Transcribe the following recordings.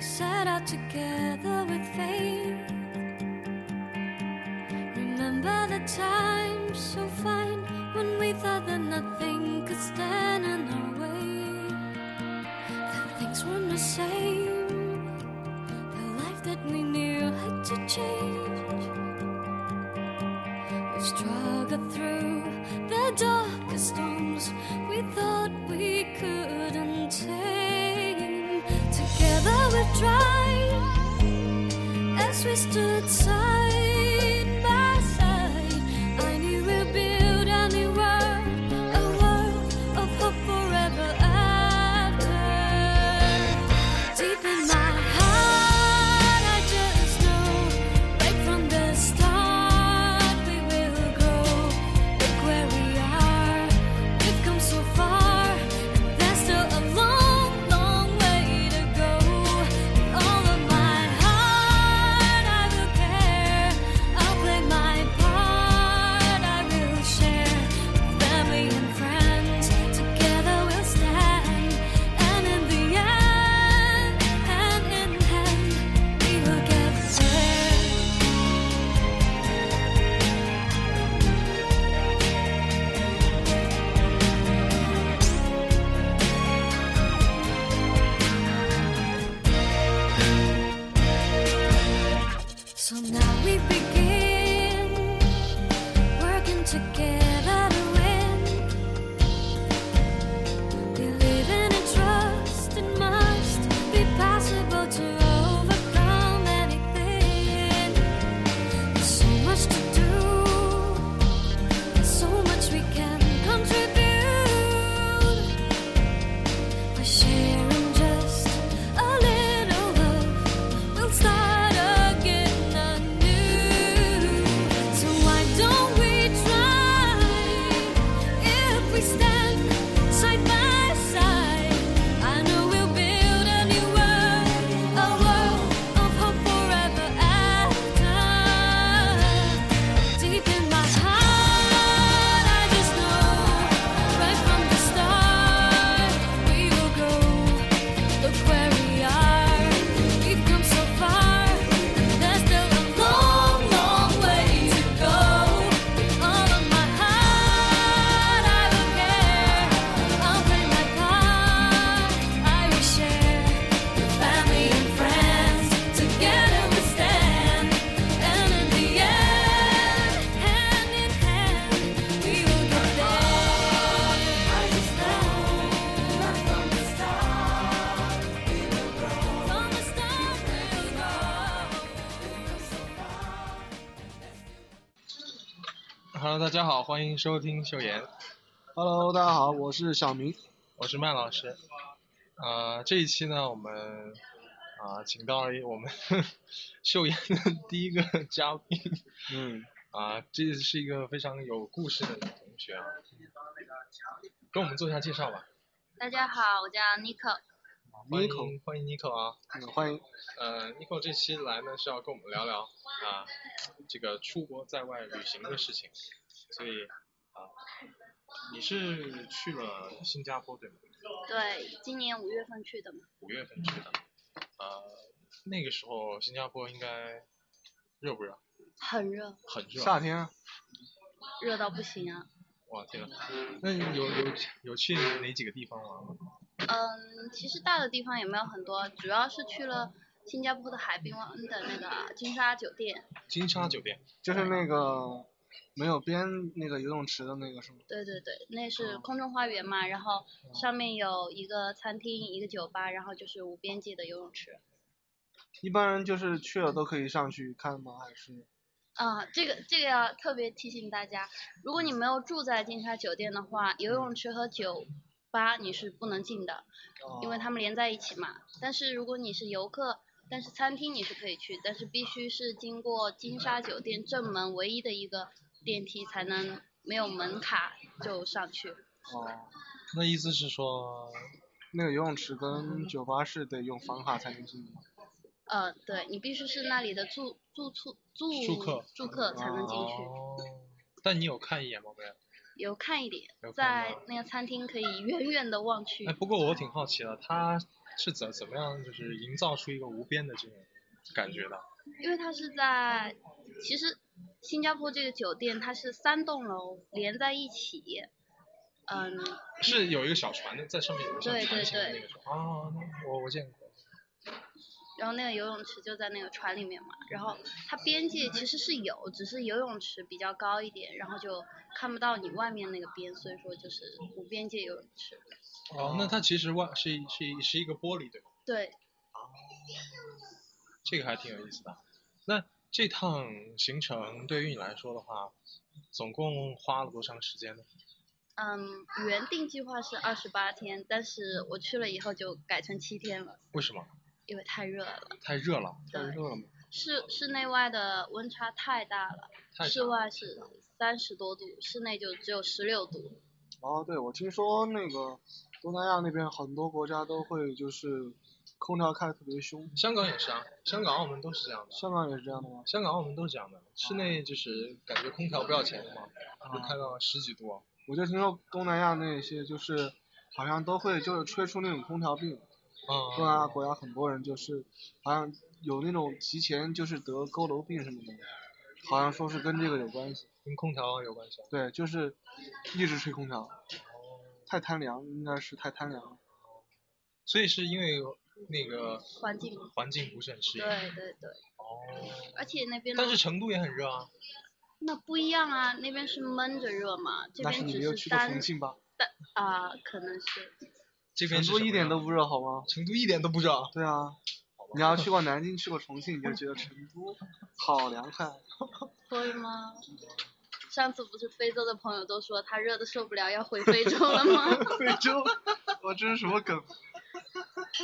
set out together with fate. Remember the time so fine when we thought that nothing could stand in our way. That things weren't the same. The life that we knew had to change. We've struggled through the darkest storms we thought we couldn't tame. Together we've tried as we stood side by side. I knew we'd build a new world, a world of hope forever after. Deep in my heart, I just know right from the start we will grow. Look where we are, we've come so far, and there's still a long, long way to go. With all of my heart, I will care. I'll play my part, I will share. With family and friends, together we'll stand, and in the end, hand in hand, we will get there. So now we begin working together to win. Believing in trust, it must be possible to overcome anything. There's so much to do, there's so much we can contribute. By sharing just a little love, we'll start again anew. So why don't we try? If we stand side by side, I know we'll build a new world, a world of hope forever after. Deep in my heart, I just know right from the start we will go. Look where we are. We've come so far. There's still a long, long way to go. All of my heart, I will care. I'll play my part. I will share. With family and friends, together we stand. And in the end, hand in hand, we will get there. I just know right from the start. From the start, we'll go. Hello，大家好，欢迎收听秀妍， Hello，大家好，我是小明。我是曼老师。呃，这一期呢，我们啊、请到了我们 秀妍的第一个嘉宾嗯，啊、这是一个非常有故事的同学啊，跟我们做一下介绍吧。大家好，我叫 Nico。欢 Nico 迎欢迎 Nico 啊，嗯啊欢迎。呃，Nico 这期来呢是要跟我们聊聊啊、这个出国在外旅行的事情，所以啊、你是去了新加坡对吗？对，今年五月份去的嘛。五月份去的，呃，那个时候新加坡应该热不热？很热，很热。夏天啊，热到不行啊。哇天呐，那你有有有去哪几个地方玩吗？嗯，其实大的地方也没有很多，主要是去了新加坡的海滨湾的那个金沙酒店。金沙酒店，就是那个没有边那个游泳池的那个是吗？对对对，那是哦空中花园嘛，然后上面有一个餐厅、一个酒吧，然后就是无边界的游泳池。一般人就是去了都可以上去看吗？还是？啊、这个这个要特别提醒大家，如果你没有住在金沙酒店的话，游泳池和酒吧你是不能进的。因为哦他们连在一起嘛。但是如果你是游客，但是餐厅你是可以去，但是必须是经过金沙酒店正门唯一的一个电梯才能没有门卡就上去。哦，那意思是说，那个游泳池跟酒吧是得用房卡才能进的吗？呃，对你必须是那里的住住住住住客住客才能进去。哦，但你有看一眼吗？没有。有看一点有看，在到那个餐厅可以远远的望去哎，。不过我挺好奇的，它是怎怎么样，就是营造出一个无边的这种感觉的？因为它是在，其实新加坡这个酒店它是三栋楼连在一起，嗯，是有一个小船的，在上面有个小对对船型的对那个船啊，那我我见过。然后那个游泳池就在那个船里面嘛，然后它边界其实是有，只是游泳池比较高一点，然后就看不到你外面那个边，所以说就是无边界游泳池。哦，那它其实外是一是一是一个玻璃对吧？对，这个还挺有意思的。那这趟行程对于你来说的话，总共花了多长时间呢？嗯，原定计划是二十八天，但是我去了以后就改成七天了，为什么？因为太热了，太热了，太对，热了嘛。室室内外的温差太大了，太室热了。外是三十多度，室内就只有十六度。哦，对，我听说那个东南亚那边很多国家都会就是空调开得特别凶，香港也是啊，香港、澳门都是这样的。香港也是这样的吗？香港、澳门都是这样的，室内就是感觉空调不要钱的嘛，就啊开到十几度啊。我就听说东南亚那些就是好像都会就是吹出那种空调病，东南亚嗯，国家很多人就是好像有那种提前就是得佝偻病什么的，好像说是跟这个有关系。跟空调有关系啊。对，就是一直吹空调，太贪凉，应该是太贪凉了。所以是因为那个环境环境不是很适应。对对对，哦。而且那边的但是成都也很热啊。那不一样啊，那边是闷着热嘛，这那是边你没只有是去过重单庆吧？单啊、可能是这边成是都什么一点热都不热，好吗？成都一点都不热。对啊，你要去过南京，去过重庆，你就觉得成都好凉快。会吗？上次不是非洲的朋友都说他热的受不了要回非洲了吗？ 非洲，我这是什么梗？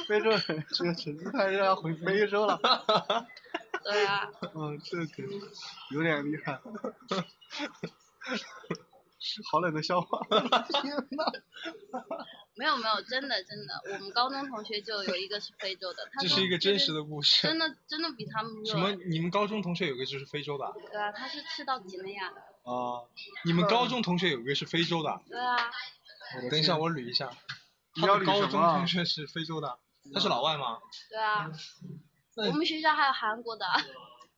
非洲人觉得成都太热，要回非洲了。对啊，嗯，这个梗有点厉害。好冷的笑话！天呐，没有没有，真的真的，我们高中同学就有一个是非洲的，他这说是一个这真边实的故事。真的真的比他们热。什么？？你们高中同学有个就是非洲的啊？对啊，他是赤道几内亚的。啊！你们高中同学有个是非洲的啊？对啊，等一下，我捋一下。你他要们捋高什中么啊同学是非洲的，他是老外吗？对啊，嗯那我们学校还有韩国的，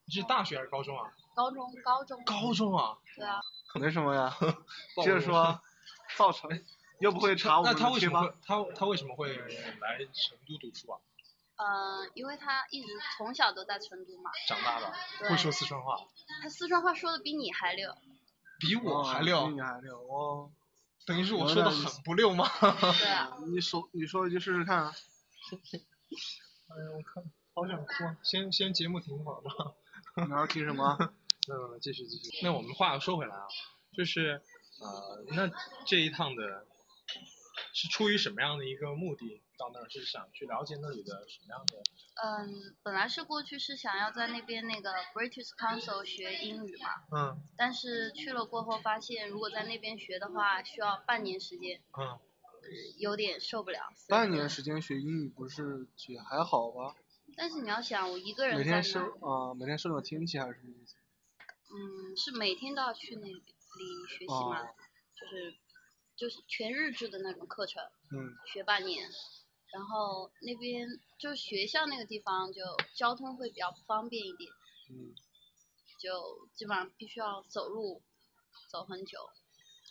你是大学还是高中啊？高中高中。高中 啊？对啊，没什么呀，暴接着露说啊，造成又不会查我那们他的为贴什么吧哦会。他他为什么会来成都读书啊？呃，因为他一直从小都在成都嘛，长大了对会说四川话，他四川话说的比你还溜。比我哦还溜比，你还溜哦！等于是我有说的点意很思不溜 吗？对啊。你说你说一句试试看啊！哎呀，我看好想哭啊！先先节目停会儿吧。你要听什么？啊那么嗯继续继续。那我们话又说回来啊，就是呃，那这一趟的是出于什么样的一个目的到那儿？是想去了解那里的什么样的？嗯，本来是过去是想要在那边那个 British Council 学英语嘛，嗯但是去了过后发现，如果在那边学的话，需要半年时间，嗯，有点受不了。所以半说年时间学英语不是也还好吧？但是你要想，我一个人每在那天儿，受啊、每天受那种天气还是什么意思？嗯，是每天都要去那里学习嘛，哦就是就是全日制的那种课程，嗯，学半年。然后那边就是学校那个地方，就交通会比较不方便一点，嗯，就基本上必须要走路，走很久。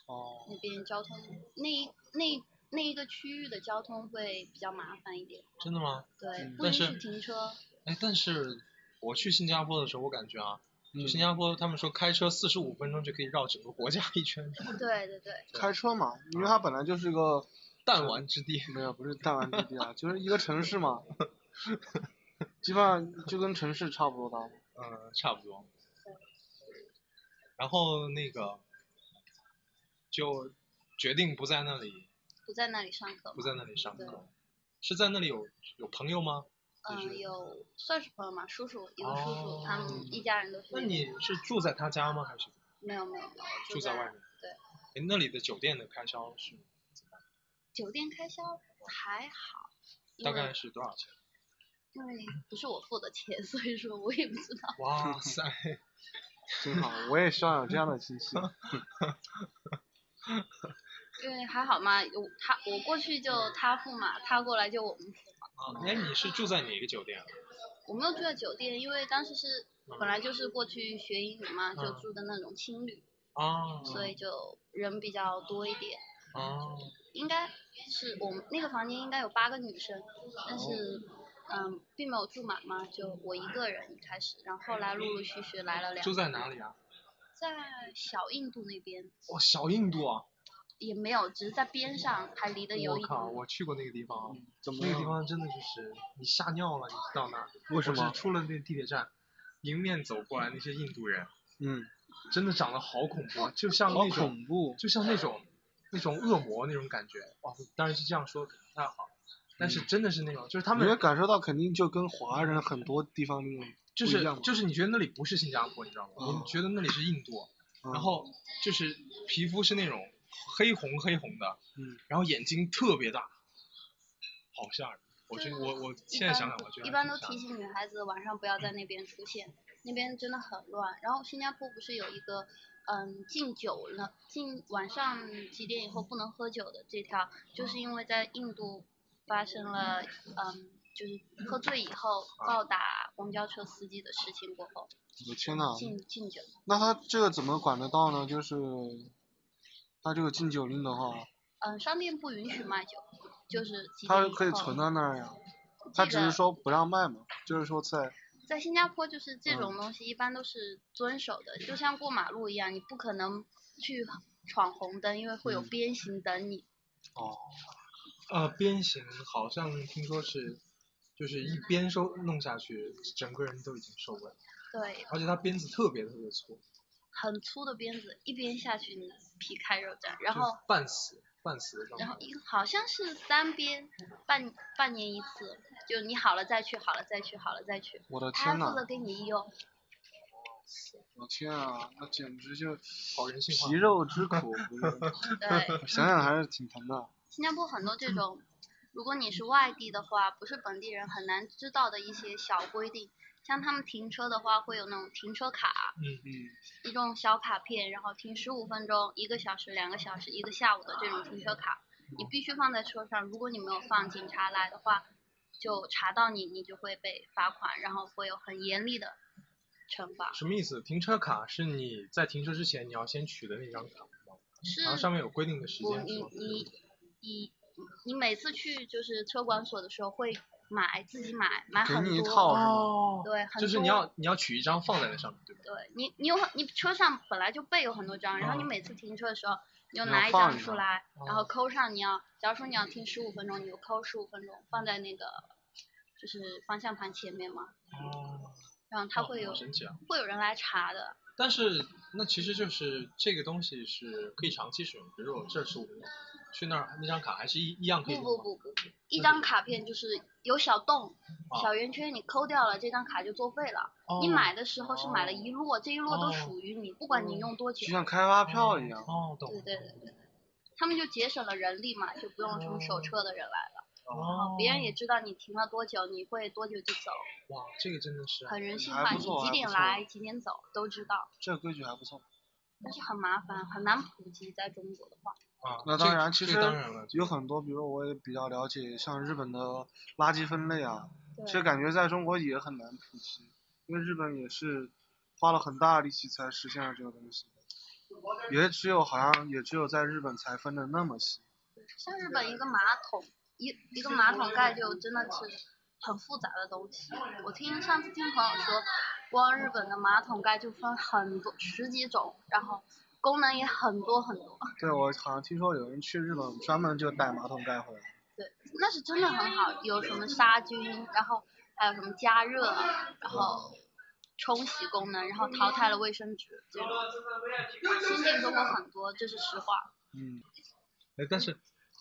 哦，那边交通那一那一那一个区域的交通会比较麻烦一点，真的吗？对，嗯不但允许是停车。哎，但是我去新加坡的时候，我感觉啊，就嗯新加坡他们说开车四十五分钟就可以绕整个国家一圈， 对对对，开车嘛，因为它本来就是个弹丸之 地。没有不是弹丸之地啊，就是一个城市 嘛，基本上就跟城市差不多大。嗯，差不多。然后那个就决定不在那里，不在那里上课不嘛。在那里上对课，是在那里有有朋友吗？就嗯，是有算是朋友嘛，叔叔有个叔叔，他哦们一家人都是。那你是住在他家吗？还是没有没有没有，住在在外面？对对。那里的酒店的开销是酒店开销还好，因大为概是多 少钱？因为不是我付的钱， 所以说我也不知道。哇 塞！真好，我也希望有这样的亲 戚。因为还好嘛，有他我过去就他付嘛，他过来就我们付嘛。啊，哎，你是住在哪个酒店啊？我没有住在酒店，因为当时是嗯本来就是过去学英语嘛，就嗯住的那种青旅，啊，所以就人比较多一点。啊，应该是我们那个房间应该有八个女生，但是哦嗯，并没有住满嘛，就我一个人一开始，然后后来陆陆续续来了两住个，在哪里啊？在小印度那边哇，小印度啊！也没有，只是在嗯边上，还离得有我一靠，点。我去过那个地方啊，怎么那个地样？方真的就是你吓尿了，你到那儿。为什我是么？出了那地铁站，迎面走过来那些印度人，嗯，真的长得好恐怖，啊就像好那种，恐怖。就像那种那种恶魔那种感觉。哇，当然是这样说可能不太好，但是真的是那种，就是他嗯你会们感受到肯定就跟华人很多地方那种就不是一样嘛就是你觉得那里不是新加坡，你知道吗？哦你觉得那里是印度，嗯然后就是皮肤是那种黑红黑红的，嗯，然后眼睛特别大，好吓人。我觉得我我一现在般想想，我觉得啊一还般挺都吓提人醒女孩子晚上不要在那边出现，那边真的很乱。然后新加坡不是有一个嗯禁酒了，禁晚上几点以后不能喝酒的这条，就是因为在印度发生了嗯就是喝醉以后暴打公交车司机的事情过后，我天呐，禁禁酒。那他这个怎么管得到呢？就是他这个禁酒令的话，嗯，商店不允许卖酒，就是几点他以可以后存到那儿呀。他这只是个说不让卖嘛，就是说在在新加坡，就是这种嗯东西一般都是遵守的，就像过马路一样，你不可能去闯红灯，因为会有嗯鞭刑等你。哦，呃，鞭刑好像听说是，就是一鞭收弄下去，整个人都已经受不了，对，而且他鞭子特别特别粗，很粗的鞭子，一鞭下去你皮开肉绽，然就是后半死半死的状然后态。一好像是三鞭，半半年一次，就你好了再去，好了再去，好了再去，我的他天负呐，责给你医 用。我天啊，那简直就好人性化皮。肉之苦， 不是对，想想还是挺疼 的。新加坡很多这种，如果你是外地的话，不是本地人很难知道的一些小规定。像他们停车的话，会有那种停车卡，嗯，嗯，一种小卡片，然后停十五分钟、一个小时、两个小时、一个下午的这种停车卡，你必须放在车上。如果你没有放，警察来的话，就查到你，你就会被罚款，然后会有很严厉的惩罚。什么意思？停车卡是你在停车之前你要先取的那张卡吗？嗯然后是上面有规定的时嗯我间你是吗？你你你每次去就是车管所的时候会买自己买买给很你一多，哦套是吗？对，很多。就是你要你要取一张放在那上面，对吧？对你，你有很你车上本来就备有很多张，然后你嗯每次停车的时候，你就你拿要一放张一出张来，然后哦扣上你要，假如说你要停十五分钟，你就扣十五分钟放在那个就是方向盘前面嘛，哦，然后它会好有神奇啊！会有人来查的。但是那其实就是这个东西是可以长期使用，比如说我这儿十五分钟，去那儿那张卡还是一一样可以不用不吗不不，一那张就卡片就是有小洞、啊小圆圈，你抠掉了，这张卡就作废了。你哦买的时候是买了哦一摞，这一摞都哦属于你，不管你哦用多久就。像开发票一样。哦，懂。对对对对，他们就节省了人力嘛，就不用什么守车的人来了。哦，别人也知道你停了多久，你会多久就走，哇，这个真的是很人性还化，不你错几还点不错来几点走都知道，这规矩还不错。但是很麻烦，很难普及在中国的话。啊，那这当然这其这实当然了，有很多，比如我也比较了解，像日本的垃圾分类啊，其实对，感觉在中国也很难普及，因为日本也是花了很大力气才实现了这个东西，也只有好像也只有在日本才分的那么细。像日本一个马桶，一一个马桶盖就真的是很复杂的东西。我听上次听朋友说，光日本的马桶盖就分很多十几种，然后功能也很多很多。对，我好像听说有人去日本专门就带马桶盖回来。对，那是真的很好，有什么杀菌，然后还有什么加热，然后冲洗功能，然后淘汰了卫生纸这种。先进中国很多，这是实话。嗯，哎，但是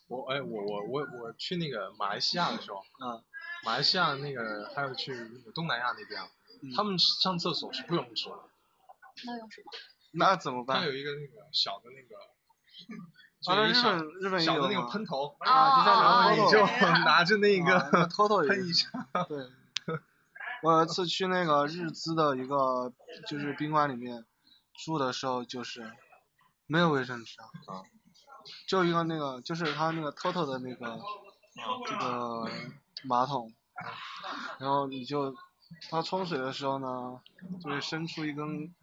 我哎我我我我去那个马来西亚的时候，啊，马来西亚那个还有去那个东南亚那边啊，嗯他们上厕所是不用纸的，那用什么？那怎么它办？有一个那个小的那个，就啊，那有一日小本日本也小有的那个吗喷头，啊就然像拿后哦你哦就哦 拿着那啊那 个，偷偷也喷是一下。对，我有一次去那个日资的一个就是宾馆里面住的时候，就是没有卫生纸啊，啊 就一个那个就是他那个 TOTO 的那个这个马桶，然后你就它冲水的时候呢，就会伸出一根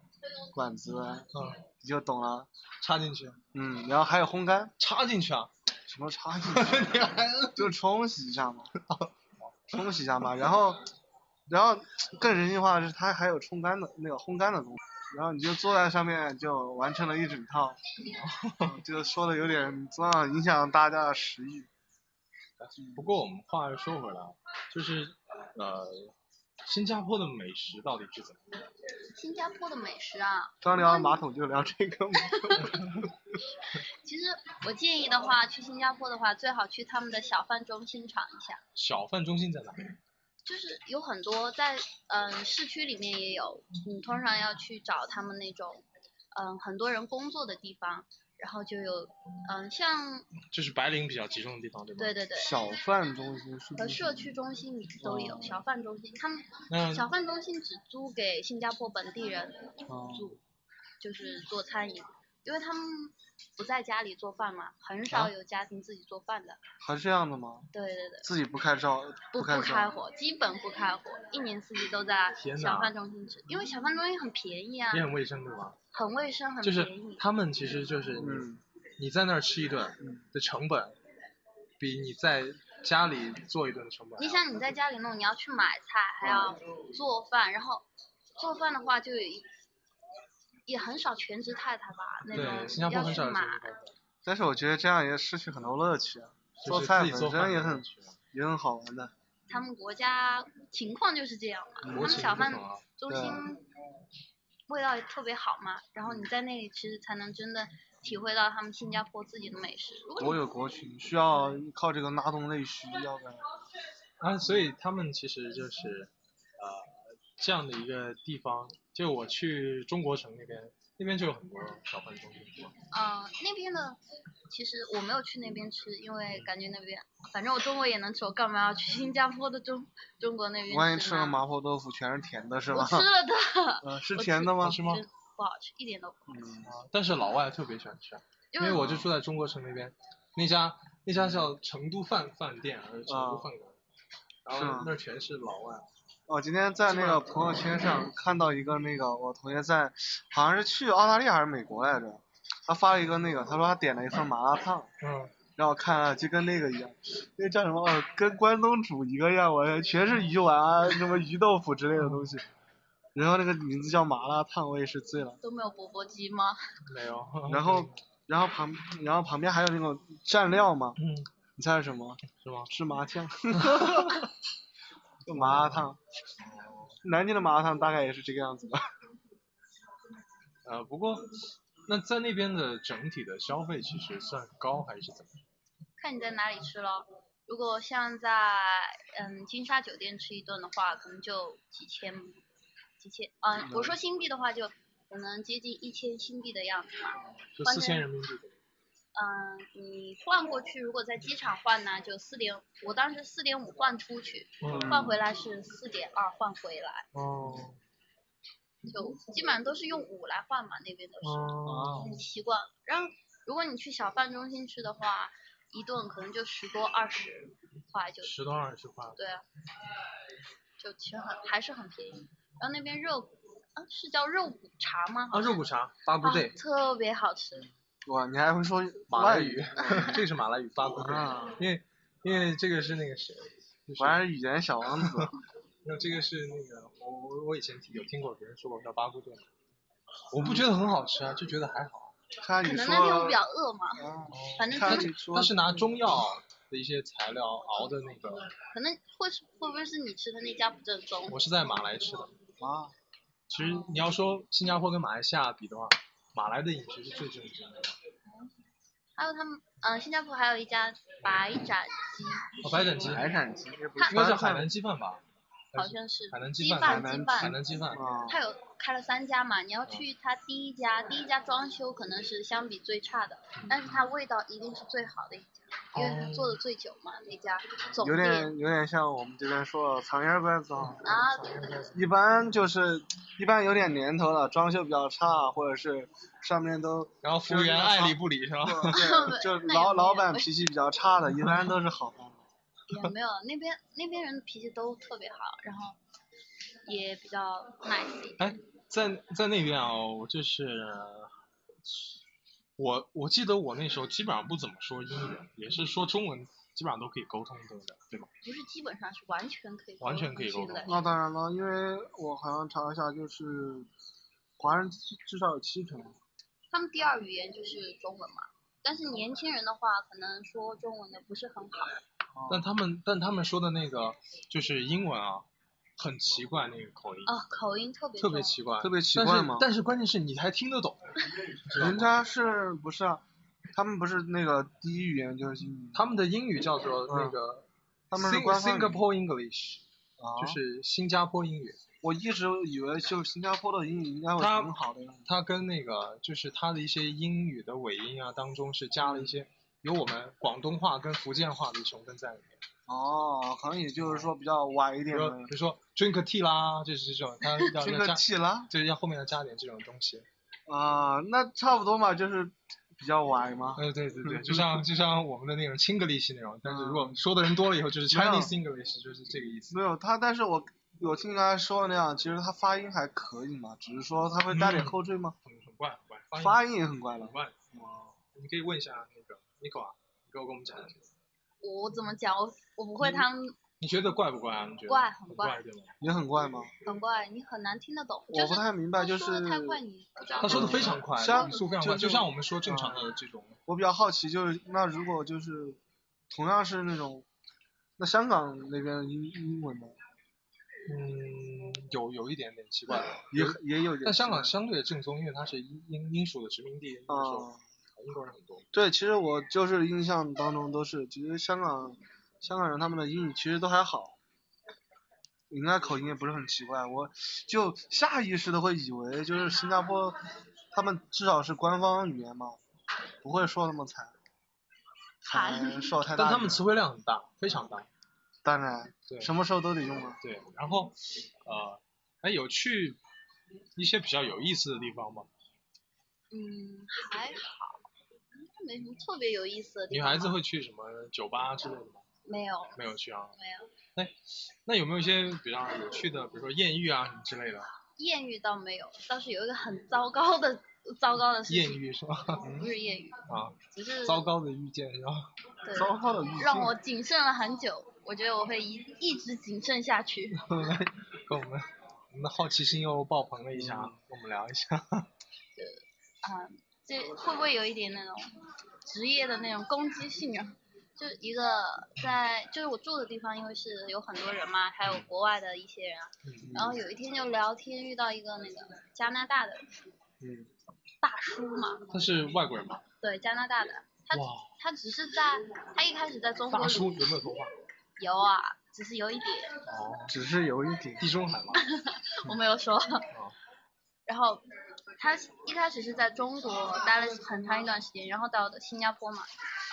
管子来，嗯，你就懂了。插进去，嗯，然后还有烘干，插进去啊！什么插 进去？你还就冲洗一下嘛，冲洗一下嘛，然后，然后更人性化的是它还有冲干的那个烘干的功能，然后你就坐在上面就完成了一整套，这个说的有点啊影响大家的食欲，不过我们话又说回来，啊，就是呃，新加坡的美食到底是怎么样？新加坡的美食啊，刚聊完马桶就聊这个嘛，其实我建议的话，去新加坡的话，最好去他们的小贩中心尝一下，小贩中心在哪里？就是有很多在嗯、市区里面也有，你通常要去找他们那种嗯、很多人工作的地方，然后就有嗯、像就是白领比较集中的地方，对吗？对。对对。小贩中心是不和是社区中心里都有哦小贩中心，他们那小贩中心只租给新加坡本地人哦住，就是做餐饮，因为他们不在家里做饭嘛，很少有家庭自己做饭的。还这样的吗？对对对，自己不开灶，不开不开灶，火，基本不开火，一年四季都在天小呐贩中心吃，因为小贩中心很便宜啊，也很卫生，对吧？很卫生，很就便宜。是他们其实就是你、嗯，你在那儿吃一顿嗯的成本，比你在家里做一顿的成本还要。你想你在家里弄，你要去买菜，还要做饭，然后做饭的话就有一也很少全职太太吧，那对，新种加坡很要去少有这买种，地方但是我觉得这样也失去很多乐趣啊，就是菜自己本做饭身也的很乐趣啊也很好玩的，他们国家情况就是这样嘛，他国们情小不贩同啊。中对心味道也特别好嘛，然后你在那里吃才能真的体会到他们新加坡自己的美食。如果国有国情，需要靠这个拉动内需，要不然。啊，所以他们其实就是呃这样的一个地方，就我去中国城那边，那边就有很多小贩中心。嗯、呃那边的，其实我没有去那边吃，因为感觉那边反正我中国也能吃，我干嘛要去新加坡的中中国那边万一吃了呢？麻婆豆腐全是甜的是嗯我吗？吃了的，嗯，是我甜的吗吃？是吗真不好吃，一点都不好吃。嗯，啊，但是老外特别喜欢吃啊，因因为我就住在中国城那边，那家那家叫成都饭饭店还是成都啊饭馆，是然后吗那儿全是老外。我哦今天在那个朋友圈上看到一个那个我同学在，好像是去澳大利亚还是美国来着，他发了一个那个，他说他点了一份麻辣烫，嗯，让我看啊了就跟那个一样，那个叫什么？哦，跟关东煮一个样，我全是鱼丸啊，什么鱼豆腐之类的东西。然后那个名字叫麻辣烫，我也是醉了。都没有钵钵鸡吗？ 没有。然后，然后旁，然后旁边还有那种蘸料嘛， 嗯，你猜是什么？是吗？芝麻 酱，就麻辣烫。南京的麻辣烫大概也是这个样子吧。呃，不过那在那边的整体的消费其实算高还是怎么样？看你在哪里吃咯。如果像在嗯金沙酒店吃一顿的话，可能就几千，几千，嗯，我说新币的话就可能接近一千新币的样子嘛。就关四千键人民币左右。嗯，你换过去，如果在机场换呢，就四点，我当时四点五换出去，换回来是四点二换回来，嗯哦，就基本上都是用五来换嘛，那边都是。哦，很习惯。然后如果你去小贩中心吃的话，一顿可能就十多二十块就，十多二十块。对啊，就其实很还是很便宜。然后那边肉骨，啊是叫肉骨茶吗？啊，肉骨茶，巴啊布对，特别好吃。哇，你还会说马来外语， 这个是马来语巴布对，啊？因为因为这个是那个谁，就是我还是语言小王 子。那这个是那个我我我以前有听过别人说过叫巴布对嘛，我不觉得很好吃啊，就觉得还好。看可你能那天我说比，较饿嘛，啊反正看就你是说它，是拿中药的一些材料熬的那个，可能会是会不会是你吃的那家不正宗？我是在马来吃的。啊，其实你要说新加坡跟马来西亚比的话，马来的饮食是最正宗的。还有他们，嗯、新加坡还有一家白斩鸡，哦，白斩鸡，海产鸡，这不它应该川叫菜海南鸡饭吧？好像是海南鸡鸡饭饭海鸡南海饭，南鸡饭。啊，它有开了三家嘛，你嗯要去它第一家，第一家装修可能是相比最差的，嗯但是它味道一定是最好的一家，因为哦它做的最久嘛，那家总有店点有点像我们这边说的藏烟罐子啊，啊，嗯对对对，一般就是一般有点年头了，装修比较差，或者是上面 都然后服务员 爱理不理是吧？对，就那也老没有老板脾气比较差的，一般都是好饭。也没有，那边那边人的脾气都特别好，然后也比较 nice 一点。哎，在在那边啊、就是我我记得我那时候基本上不怎么说英语，也是说中文，基本上都可以沟通，对不对？对吧？不是基本上是完全可以完全可以沟沟通通的。那当然了，因为我好像查了一下，就是华人至至少有七成，啊他们第二语言就是中文嘛，但是年轻人的话，可能说中文的不是很好。但他们但他们说的那个就是英文啊，很奇怪那个口音，啊，口音特别特别重奇怪，哦特别奇但怪是嘛但是关键是你还听得懂，知道人吗家是不是啊？他们不是那个第一语言就是英语，他们的英语叫做那嗯个他们是 Sing- 官方语 Singapore English，啊就是新加坡英语。我一直以为就新加坡的英语应该会他很好的样子，它跟那个就是它的一些英语的尾音啊，当中是加了一嗯些有我们广东话跟福建话的成分在里面。哦，可能也就是说比较歪一比点如的说，比如说 drink tea 啦，就是这种， 它要嗯这要个加，气啦就是要后面要加点这种东西。啊，那差不多嘛，就是比较歪嘛。呃，对对 对，就像就像我们的那种 Chinglish 那种，但是如嗯果说的人多了以后，就是没有 Chinese English，就是这个意思。没有他，但是我我听刚才说的那样，其实他发音还可以嘛，只是说他会带嗯点后缀吗？很很怪，很怪，发音音也很怪了很。怪。你可以问一下那个 Nico 啊，你给我跟我们讲一下，我我怎么讲？我我不嗯会他们你觉得怪不怪啊？你觉得怪很很怪对吗？也很怪吗？很怪，你很难听得懂。我不太明白，就嗯就是他说的太快，你不知道。他说的非常快，嗯像语速非常快，就就像我们说嗯正常的这种，我比较好奇，就是那如果就是同样是那种，那香港那边的英英文呢，嗯，有有一点点奇怪。也也有点奇怪。但香港相对正宗，因为它是英英英属的殖民地，那个时候啊，英国人很多。对，其实我就是印象当中都是，其实香港香港人他们的英语其实都还好，应该口音也不是很奇怪，我就下意识的会以为就是新加坡，他们至少是官方语言嘛，不会说那么惨，惨惨受太大但影他响。们词汇量很大，非常大。当然对，什么时候都得用啊。对，然后呃，哎，有去一些比较有意思的地方吗？嗯，还好，应该没什么特别有意思的地女方吧。孩子会去什么酒吧之类的吗？没有没有去啊。没有那有没有一些比较有趣的，比如说艳遇啊什么之类的？艳遇倒没有，倒是有一个很糟糕的糟糕的事艳情，遇是吧？ 不是艳遇，啊，只是糟糕的遇见是吧？对糟糕的语境。让我谨慎了很久，我觉得我会一一直谨慎下去。跟我们我们的好奇心又爆棚了一下，啊，嗯跟我们聊一下。啊，这会不会有一点那种职业的那种攻击性啊？就一个在，就是我住的地方，因为是有很多人嘛，还有国外的一些人啊。然哦后有一天就聊天遇到一个那个加拿大的嗯，大叔嘛，他是外国人吗？对加拿大的，他哇，他只是在他一开始在中国大旅叔有没有 头发？游啊，只是有一点，哦，只是有一点地中海 吗？嗯我没有说。哦 然后他一开始是在中国待了很长一段时间，然后到的新加坡嘛，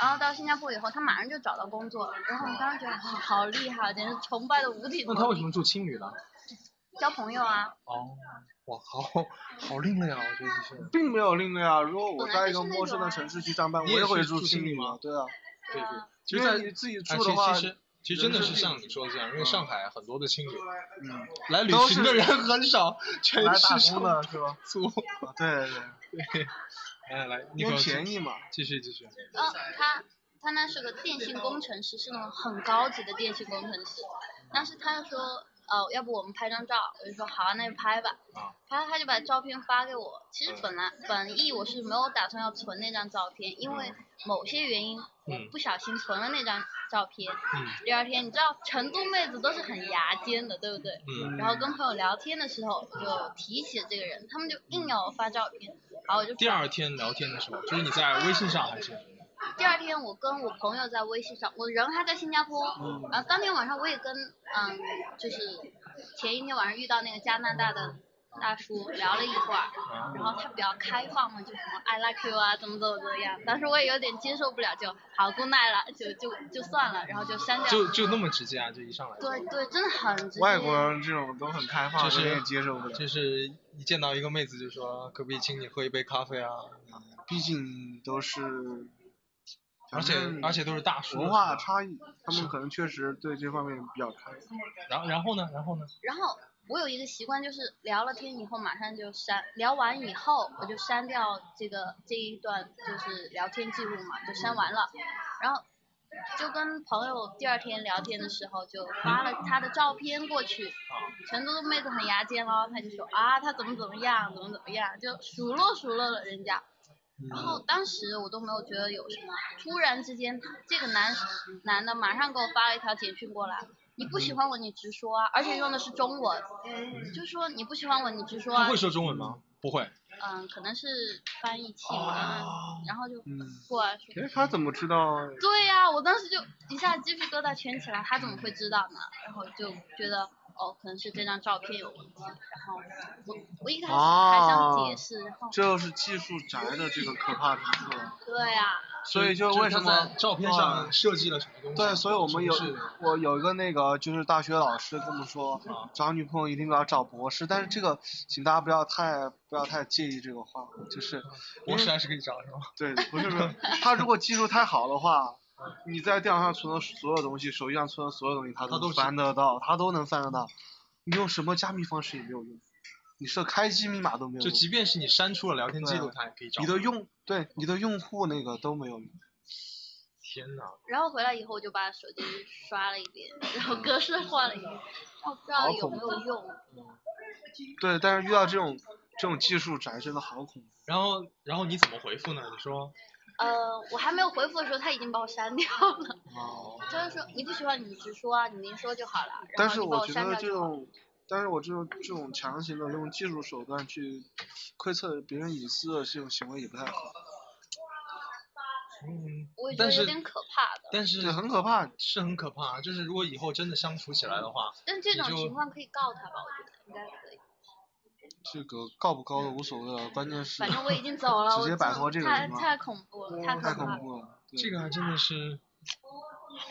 然后到新加坡以后，他马上就找到工作了。然后我当时觉得哇，好厉害，简直崇拜的五体投哦那地。他为什么住青旅呢？交朋友啊？哦，哇，好好另类啊！我觉得这是。并没有另类啊。如果我本来在就一个是那陌生种啊的城市去上班，我你也会是住住青青旅旅嘛吗，对啊。对对啊，其实因为在你自己哎住的话其实其实真的人是是像你说的这样，因为嗯上海很多的青旅，嗯，来旅都行是的人很少，全来打是工上的是吧？ 租。啊对对对，来来，你因给为我便宜嘛。继续继续。嗯，他他那是个电信工程师，是那种很高级的电信工程师。但是他就说，呃，要不我们拍张照？我就说好啊，那就拍吧。啊拍，他就把照片发给我。其实本来本意我是没有打算要存那张照片，因为某些原因，我嗯不小心存了那张照片。嗯第二天，你知道成都妹子都是很牙尖的，对不对？嗯，然后跟朋友聊天的时候就提起了这个人，他们就硬要我发照片，然后我就第二天聊天的时候，就是你在微信上还是？第二天我跟我朋友在微信上，我人还在新加坡，然后当天晚上我也跟嗯，就是前一天晚上遇到那个加拿大的大叔聊了一会儿，然后他比较开放嘛，就什么 I like you 啊，怎么怎么怎么样，当时我也有点接受不了，就好 good night 了，就就就算了，然后就删掉。就就那么直接啊，就一上来。对对，真的很直接。外国人这种都很开放，就是有点接受不了。就是一见到一个妹子就说可不可以请你喝一杯咖啡啊？毕竟都是而且反正而且都是大叔的嗯文化时差异，他们可能确实对这方面比较开。代然后然后呢，然后呢，然后我有一个习惯，就是聊了天以后马上就删，聊完以后我就删掉这个这一段就是聊天记录嘛，就删完了。然后就跟朋友第二天聊天的时候，就发了他的照片过去，成都的妹子很牙尖咯，她就说啊他怎么怎么样，怎么怎么样，就数落数落了人家。嗯然后当时我都没有觉得有什么，突然之间这个男男的马上给我发了一条简讯过来，你不喜欢我你直说啊，而且用的是中文，就说你不喜欢我你直说啊他，会说中文吗？不会，嗯，可能是翻译哦器嘛，嗯然后就嗯过来说，其实他怎么知道？对呀、我当时就一下鸡皮疙瘩全起来，他怎么会知道呢？然后就觉得哦，可能是这张照片有问题，然后我我一开始还想解释，然后啊这就是技术宅的这个可怕之处啊了。对呀、所以就就为什是他么啊嗯在照片上设计了什么东西？对，所以我们有是不是我有一个那个就是大学老师跟我们说啊，找女朋友一定要找博士，但是这个请大家不要太不要太介意这个话，就是博士还是可以找是吗？对，不是不是，他如果技术太好的话，你在电脑上存的所有东西，手机上存的所有东西，他他都能是翻得到，他都能翻得到，你用什么加密方式也没有用，你设开机密码都没有就用，即便是你删除了聊天记录，对啊他也可以找。你的用对你的用户那个都没有用。天哪！然后回来以后我就把手机刷了一遍，然后格式换了一遍，然后不知嗯道好有恐没有用。对，但是遇到这种这种技术宅真的好恐怖。然后然后你怎么回复呢？你说呃，我还没有回复的时候，他已经把我删掉了。 哦。他就说你不喜欢你直说啊，你明说就好了。然但后是你把我我觉删得掉这就好。种，但是我这种这种强行的用技术手段去窥测别人隐私的这种行为也不太好，嗯我也觉但得有是点可怕的。但是对，很可怕。是很可怕。啊就是如果以后真的相处起来的话，但这你种就情况可以告他吧？我觉得应该可以。这个高不高的无所谓了，关键是反正我已经走了，直我接真摆的脱这个太是吗嗯太恐怖了，太可太怕恐了。怖了。对这个还真的 是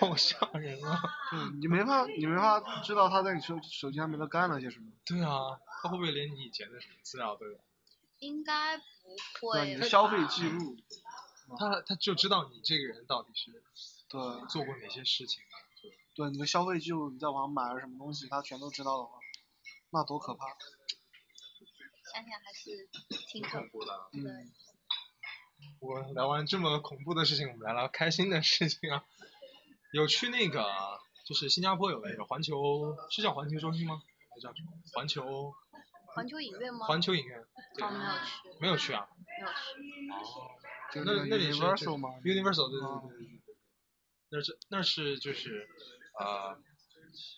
好吓人啊！对你没法，你没法知道他在你手手机上面都干了些什么。对啊，他会不会连你以前的什么资料都有？应该不对，会你吧的消费记录，他他就知道你这个人到底是对做过哪些事情啊？对，你的消费记录，你在网上买了什么东西，他全都知道的话，那多可怕。想想还是挺挺可恐怖的。对嗯，我聊完这么恐怖的事情，我们来聊开心的事情啊。有去那个，就是新加坡有那个环球，是叫环球中心吗？还是叫什么？环球环球影院吗？环球影院哦，没有去，没有去啊？没有去。就那是那里是 Universal 吗？ Universal 对哦对对对对，那是那是就是呃，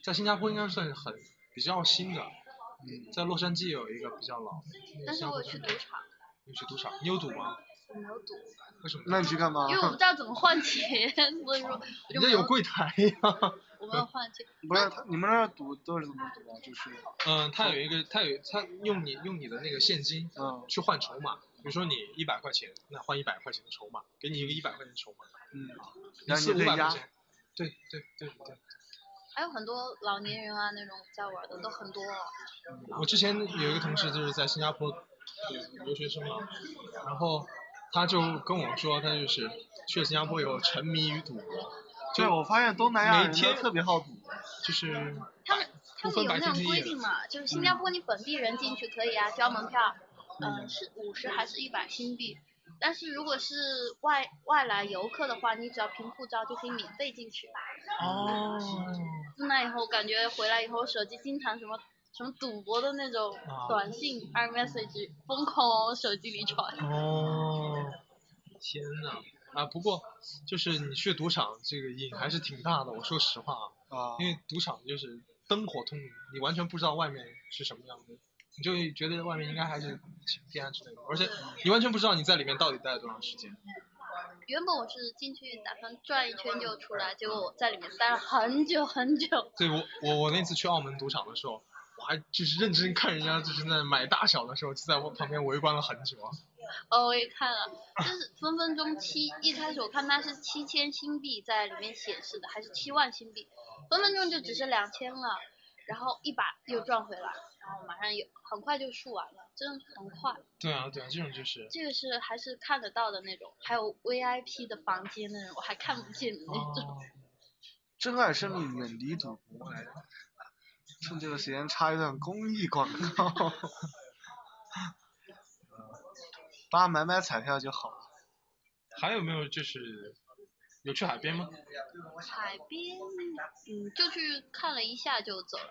在新加坡应该算是很比较新的，嗯在洛杉矶有一个比较老的。那个但是新加我坡有去叫赌场，你有去赌场？你有赌吗？我没有赌，为什么？那你去干嘛？因为我不知道怎么换钱， 所以说我人就没家有有柜台呀、我没有换钱。不是他，你们那儿赌都是怎么赌啊？就是，嗯，他有一个，他有他用你用你的那个现金嗯去换筹码，比如说你一百块钱，那换一百块钱的筹码，给你一个一百块钱的筹码，嗯，一然后次你五可以百压块钱。对对对对，还有很多老年人啊那种在玩的都很多、哦，我之前有一个同事就是在新加坡对留学生嘛，然后他就跟我说，他就是去了新加坡以后沉迷于赌博，对，我发现东南亚每人天都特别好赌，就是他们他不们分有白那天种黑规夜定的。嘛，就是新加坡你本地人进去可以啊，交门票，呃，是五十还是一百新币？但是如果是外外来游客的话，你只要凭护照就可以免费进去。哦，自那以后，感觉回来以后手机经常什么什么赌博的那种啊短信、iMessage 疯狂往我手机里传。哦，天呐，啊，不过就是你去赌场这个瘾还是挺大的，我说实话啊，啊，因为赌场就是灯火通明，你完全不知道外面是什么样子，你就觉得外面应该还是晴天啊之类的，而且你完全不知道你在里面到底待了多长时间。原本我是进去打算转一圈就出来，结果我在里面待了很久很久。对我我我那次去澳门赌场的时候，我还就是认真看人家就是在买大小的时候，就在我旁边围观了很久啊。哦，我也看了，就是分分钟七，一开始我看它是七千新币在里面显示的，还是七万新币，分分钟就只是两千了，然后一把又赚回来，然后马上有很快就数完了，真的很快。对啊，对啊，这种就是这个是还是看得到的那种，还有 VIP 的房间那种，我还看不见的那哎种。哦，珍爱生命，远离赌博来着。趁这个时间插一段公益广告， 爸买买彩票就好了。还有没有就是有去海边吗？海边，嗯，就去看了一下就走了，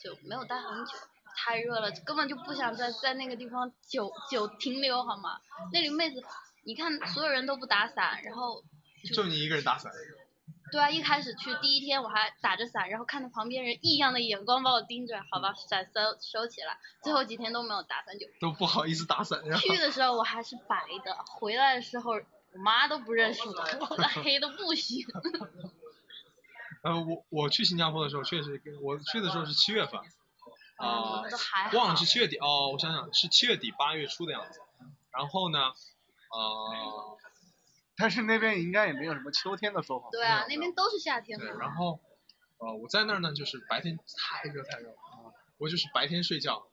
就没有待很久。太热了，根本就不想在在那个地方久久停留，好吗？那里妹子，你看所有人都不打伞，然后就你一个人打伞，对啊，一开始去第一天我还打着伞，然后看到旁边人异样的眼光把我盯着，好吧，伞收收起来。最后几天都没有打伞，就都不好意思打伞，然后去的时候我还是白的，回来的时候我妈都不认识我， 我的黑的不行。呃，我我去新加坡的时候，确实跟我去的时候是七月份，啊、嗯，都还好。忘了是七月底哦，我想想是七月底八月初的样子。然后呢，呃，但是那边应该也没有什么秋天的说法。对没啊，那有边都是夏天对，嘛。然后呃我在那儿呢，就是白天太热太热了，啊我就是白天睡觉，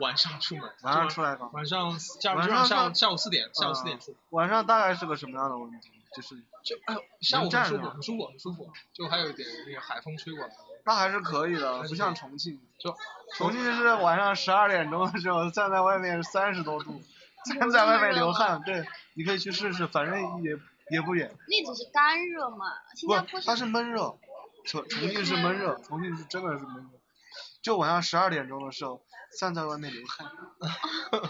晚上出门，晚上出来搞，晚上假如晚就上让下午上下午四点，下午四点嗯出，晚上大概是个什么样的问题？就是就哎呦下午能站很舒服着很舒服很舒服，就还有一点那个海风吹过来，那还是可以还的，是不像重庆。就重庆是晚上十二点钟的时候，站在外面三十多度，站在外面流汗。对，你可以去试试，反正也也不远。那只是干热嘛，新不加坡，它是闷热，重重庆是闷热，重庆是真的是闷热。就晚上十二点钟的时候，站在外面流汗。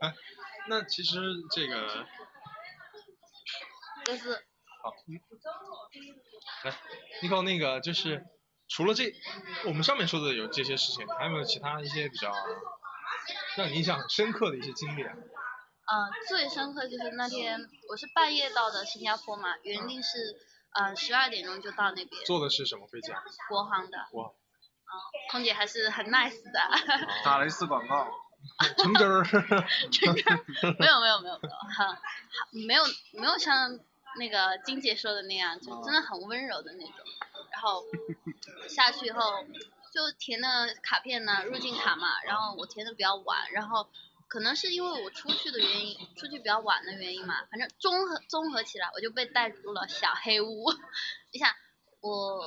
哎那其实这个就是你 i 嗯那个就是除了这我们上面说的有这些事情，还有没有其他一些比较让你印象很深刻的一些经历啊？嗯，最深刻就是那天我是半夜到的新加坡嘛，原定是呃十二点钟就到那边，坐的是什么飞机啊？国航的，嗯哇，空姐还是很 nice 的，打了一次广告，橙汁儿，没有没有没有没有，哈，没有没有像那个金姐说的那样，就真的很温柔的那种。然后下去以后就填的卡片呢，入境卡嘛，然后我填的比较晚，然后可能是因为我出去的原因，出去比较晚的原因嘛，反正综合综合起来，我就被带入了小黑屋。 你想，我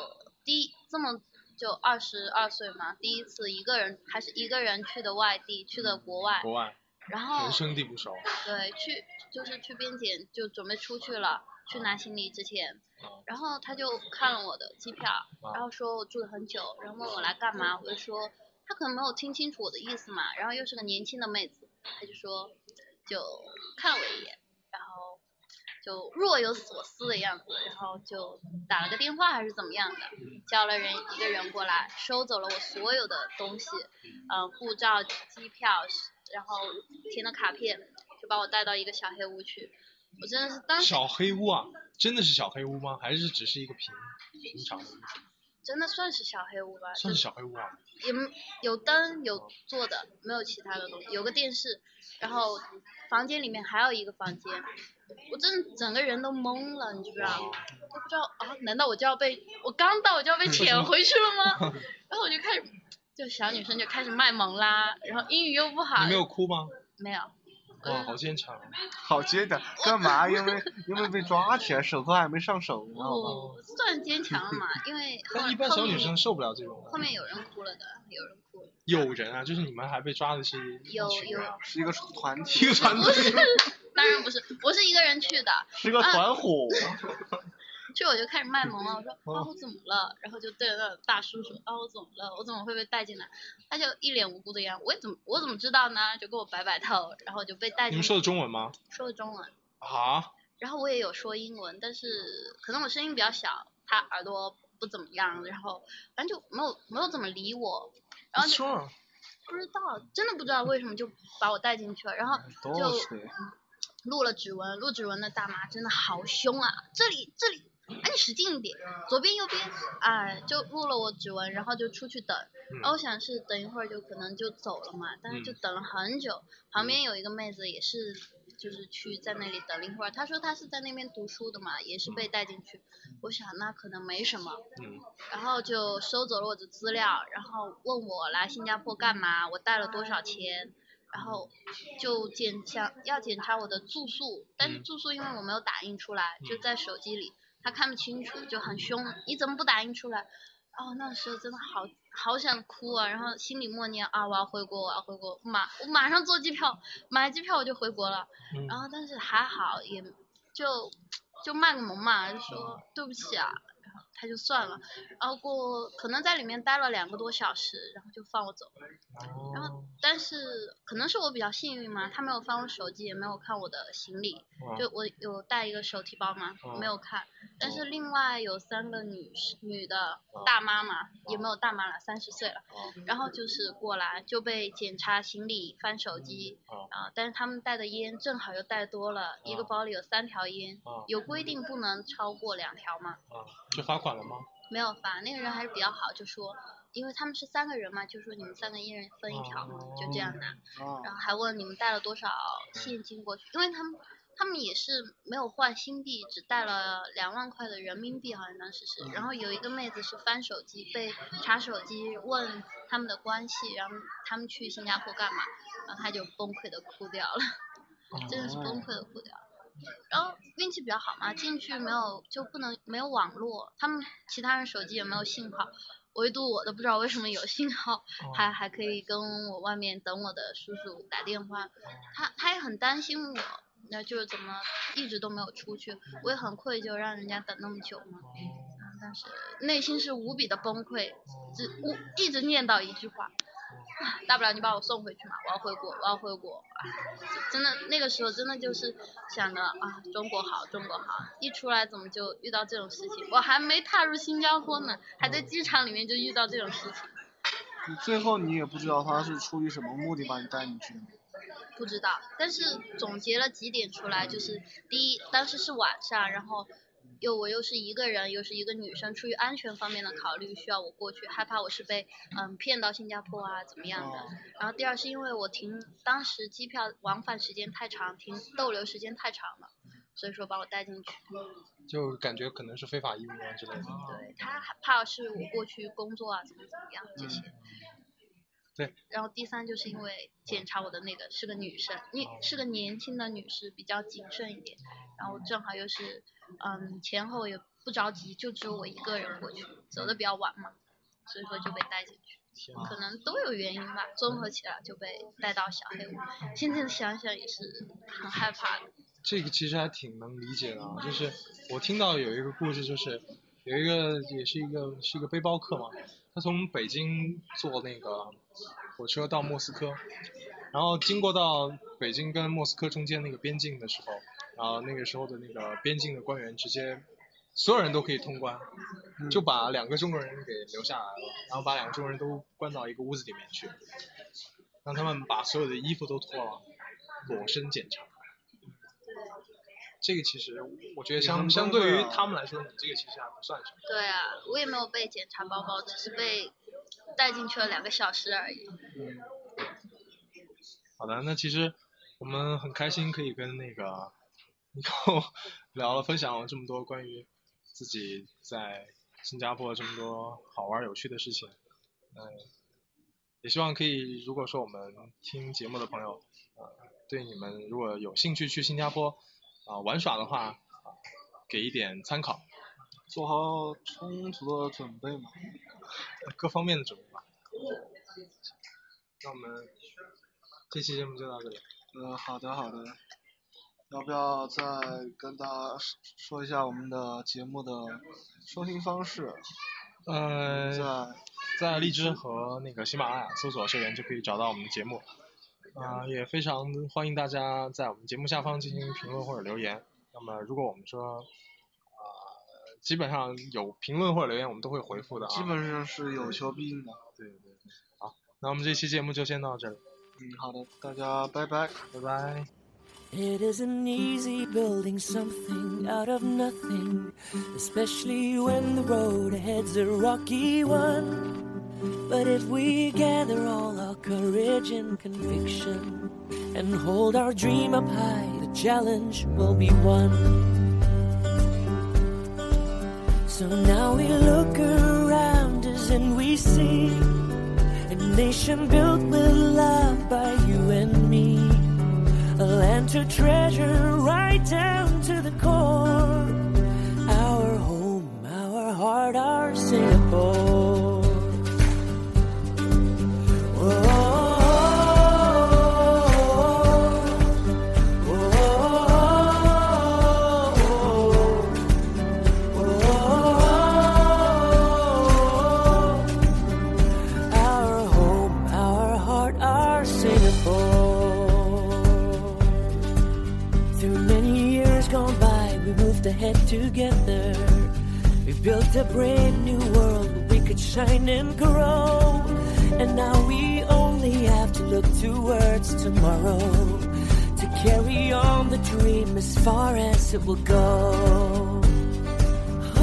第一这么就二十二岁嘛，第一次一个人还是一个人去的外地，去的国外，国外然后人生地不熟，对，去就是去边检，就准备出去了，去拿行李之前，然后他就看了我的机票，然后说我住了很久，然后问我来干嘛，我就说他可能没有听清楚我的意思嘛，然后又是个年轻的妹子，他就说就看了我一眼，然后就若有所思的样子，然后就打了个电话还是怎么样的，叫了人一个人过来收走了我所有的东西，呃，护照、机票，然后填的卡片，就把我带到一个小黑屋去。我真的是当时小黑屋啊，真的是小黑屋吗？还是只是一个平平常的屋？真的算是小黑屋吧，就算是小黑屋啊？也没有灯有坐的，没有其他的东西，有个电视，然后房间里面还有一个房间，我真的整个人都懵了，你知不知道吗？都不知道啊，难道我就要被我刚到我就要被遣回去了吗？ 然后我就开始，就小女生就开始卖萌啦，然后英语又不好，你没有哭吗？没有，哇，好坚强啊！好接点，干嘛？因为因为被抓起来，手铐还没上手呢，好吧？哦，算坚强了嘛，因为后 但一般小女生后面受不了这种后的。面有人哭了的，有人哭了，有人啊，就是你们还被抓的是一有群 人啊，是一个团一体个，团不是嗯队。，当然不是，我是一个人去的， 是个团伙。嗯去我就开始卖萌了，我嗯说啊我怎么了？然后就对着那个大叔说啊我怎么了？我怎么会被带进来？他就一脸无辜的样子，我怎么我怎么知道呢？就给我摆摆头，然后就被带你进们说说的中文吗？的中文，啊？然后我也有说英文，但是可能我声音比较小，他耳朵不怎么样，然后反正就没有没有怎么理我，然后就说啊不知道真的不知道为什么就把我带进去了，然后就录了指纹，录指纹的大妈真的好凶啊！这里这里，哎，你使劲一点，左边右边，哎，就录了我指纹，然后就出去等。然后我想是等一会儿就可能就走了嘛，但是就等了很久。旁边有一个妹子也是就是去在那里等了一会儿。他说他是在那边读书的嘛，也是被带进去。我想那可能没什么，嗯，然后就收走了我的资料，然后问我来新加坡干嘛，我带了多少钱，然后就检想要检查我的住宿，但是嗯住宿因为我没有打印出来，就嗯在手机里，他看不清楚，就很凶，你怎么不打印出来？哦，那时候真的好好想哭啊，然后心里默念啊，我要回国，我要回国，马我马上坐机票，买机票我就回国了。嗯然后但是还好，也就就卖个萌嘛，就哦说对不起啊，然后他就算了。然后过可能在里面待了两个多小时，然后就放我走了。然后但是可能是我比较幸运嘛，他没有翻我手机，也没有看我的行李，哦就我有带一个手提包嘛，没有看。但哦是另外有三个女士女的大妈嘛，也没有大妈了，三十岁了哦，然后就是过来就被检查行李、翻手机哦啊、但是他们带的烟正好又带多了，一个哦包里有三条烟哦，有规定不能超过两条嘛，啊，就罚款了吗？没有罚。那个人还是比较好，就说。因为他们是三个人嘛，就说你们三个一人分一条嘛，哦就这样拿。啊然后还问你们带了多少现金过去，因为他们他们也是没有换新币，只带了两万块的人民币，好像当时是。然后有一个妹子是翻手机被查手机，问他们的关系，然后他们去新加坡干嘛，然后她就崩溃的哭掉了， 真的是崩溃的哭掉了。然后运气比较好嘛，进去没有就不能没有网络，他们其他人手机也没有信号，唯独我的不知道为什么有信号，哦还还可以跟我外面等我的叔叔打电话，他他也很担心我，那就是怎么一直都没有出去，我也很愧疚，让人家等那么久嘛。嗯但是内心是无比的崩溃，只我一直念叨一句话，啊大不了你把我送回去嘛，我要回国，我要回国。啊、真的那个时候真的就是想着啊，中国好，中国好，一出来怎么就遇到这种事情？我还没踏入新加坡呢，还在机场里面就遇到这种事情。你最后你也不知道他是出于什么目的把你带进去的。不知道，但是总结了几点出来，就是第一，当时是晚上，然后又我又是一个人，又是一个女生，出于安全方面的考虑，需要我过去，害怕我是被嗯骗到新加坡啊怎么样的。哦然后第二是因为我停，当时机票往返时间太长，停逗留时间太长了，所以说把我带进去。就感觉可能是非法移民啊之类的。嗯对他还怕是我过去工作啊怎么怎么样这些。对。然后第三就是因为检查我的那个是个女生，你是个年轻的女士，比较谨慎一点。然后正好又是，嗯，前后也不着急，就只有我一个人过去，走的比较晚嘛，所以说就被带进去。天可能都有原因吧，综合起来就被带到小黑屋。现在想想也是很害怕的。这个其实还挺能理解的啊，就是我听到有一个故事，就是有一个也是一个是一个背包客嘛，他从北京坐那个火车到莫斯科，然后经过到北京跟莫斯科中间那个边境的时候，然后那个时候的那个边境的官员直接所有人都可以通关，就把两个中国人给留下来了，然后把两个中国人都关到一个屋子里面去，让他们把所有的衣服都脱了，裸身检查。这个其实我觉得也相很相崩对溃于啊他们来说，你这个其实还不算什么。对啊，我也没有被检查包包，只是被带进去了两个小时而已。好的，那其实我们很开心可以跟那个 n i 聊了分享了这么多关于自己在新加坡这么多好玩有趣的事情，嗯、也希望可以如果说我们听节目的朋友，呃，对你们如果有兴趣去新加坡啊、玩耍的话，给一点参考，做好充足的准备嘛。各方面的准备吧。那我们这期节目就到这里。呃，好的好的，要不要再跟大家说一下我们的节目的收听方式？呃，在在荔枝和那个喜马拉雅搜索“社员”就可以找到我们的节目。啊、也非常欢迎大家在我们节目下方进行评论或者留言。那么，如果我们说，呃，基本上有评论或者留言，我们都会回复的啊。基本上是有求必应的。对对对。好，那我们这期节目就先到这里，嗯，好的，大家拜拜。拜拜。 It isn't easy building something out of nothing, especially when the road ahead's a rocky one. But if we gather all our courage and conviction and hold our dream up high, the challenge will be won. So now we look around us and we see a nation built with love by you and me, a land to treasure right down to the core. Our home, our heart, our Singapore. Our home, our heart, our Singapore. Through many years gone by, we moved ahead together. We built a brand new world where we could shine and grow. And now we only have to look towards tomorrow to carry on the dream as far as it will go.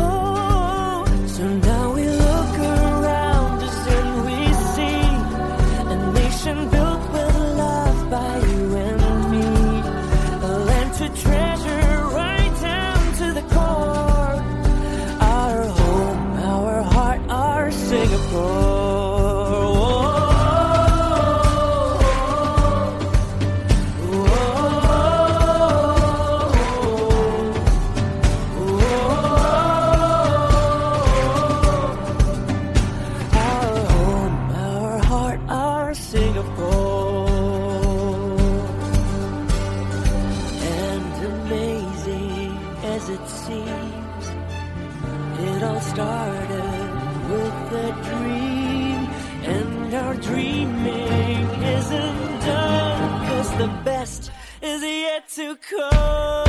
Oh, so now we look around us and we see a nation built with love by you and me, a land to treasure right down to the core. Our home, our heart, our Singapore. Our home, our heart, our Singapore. And amazing as it seems, it all started with a dream. And our dreaming isn't done, cause the best is yet to come.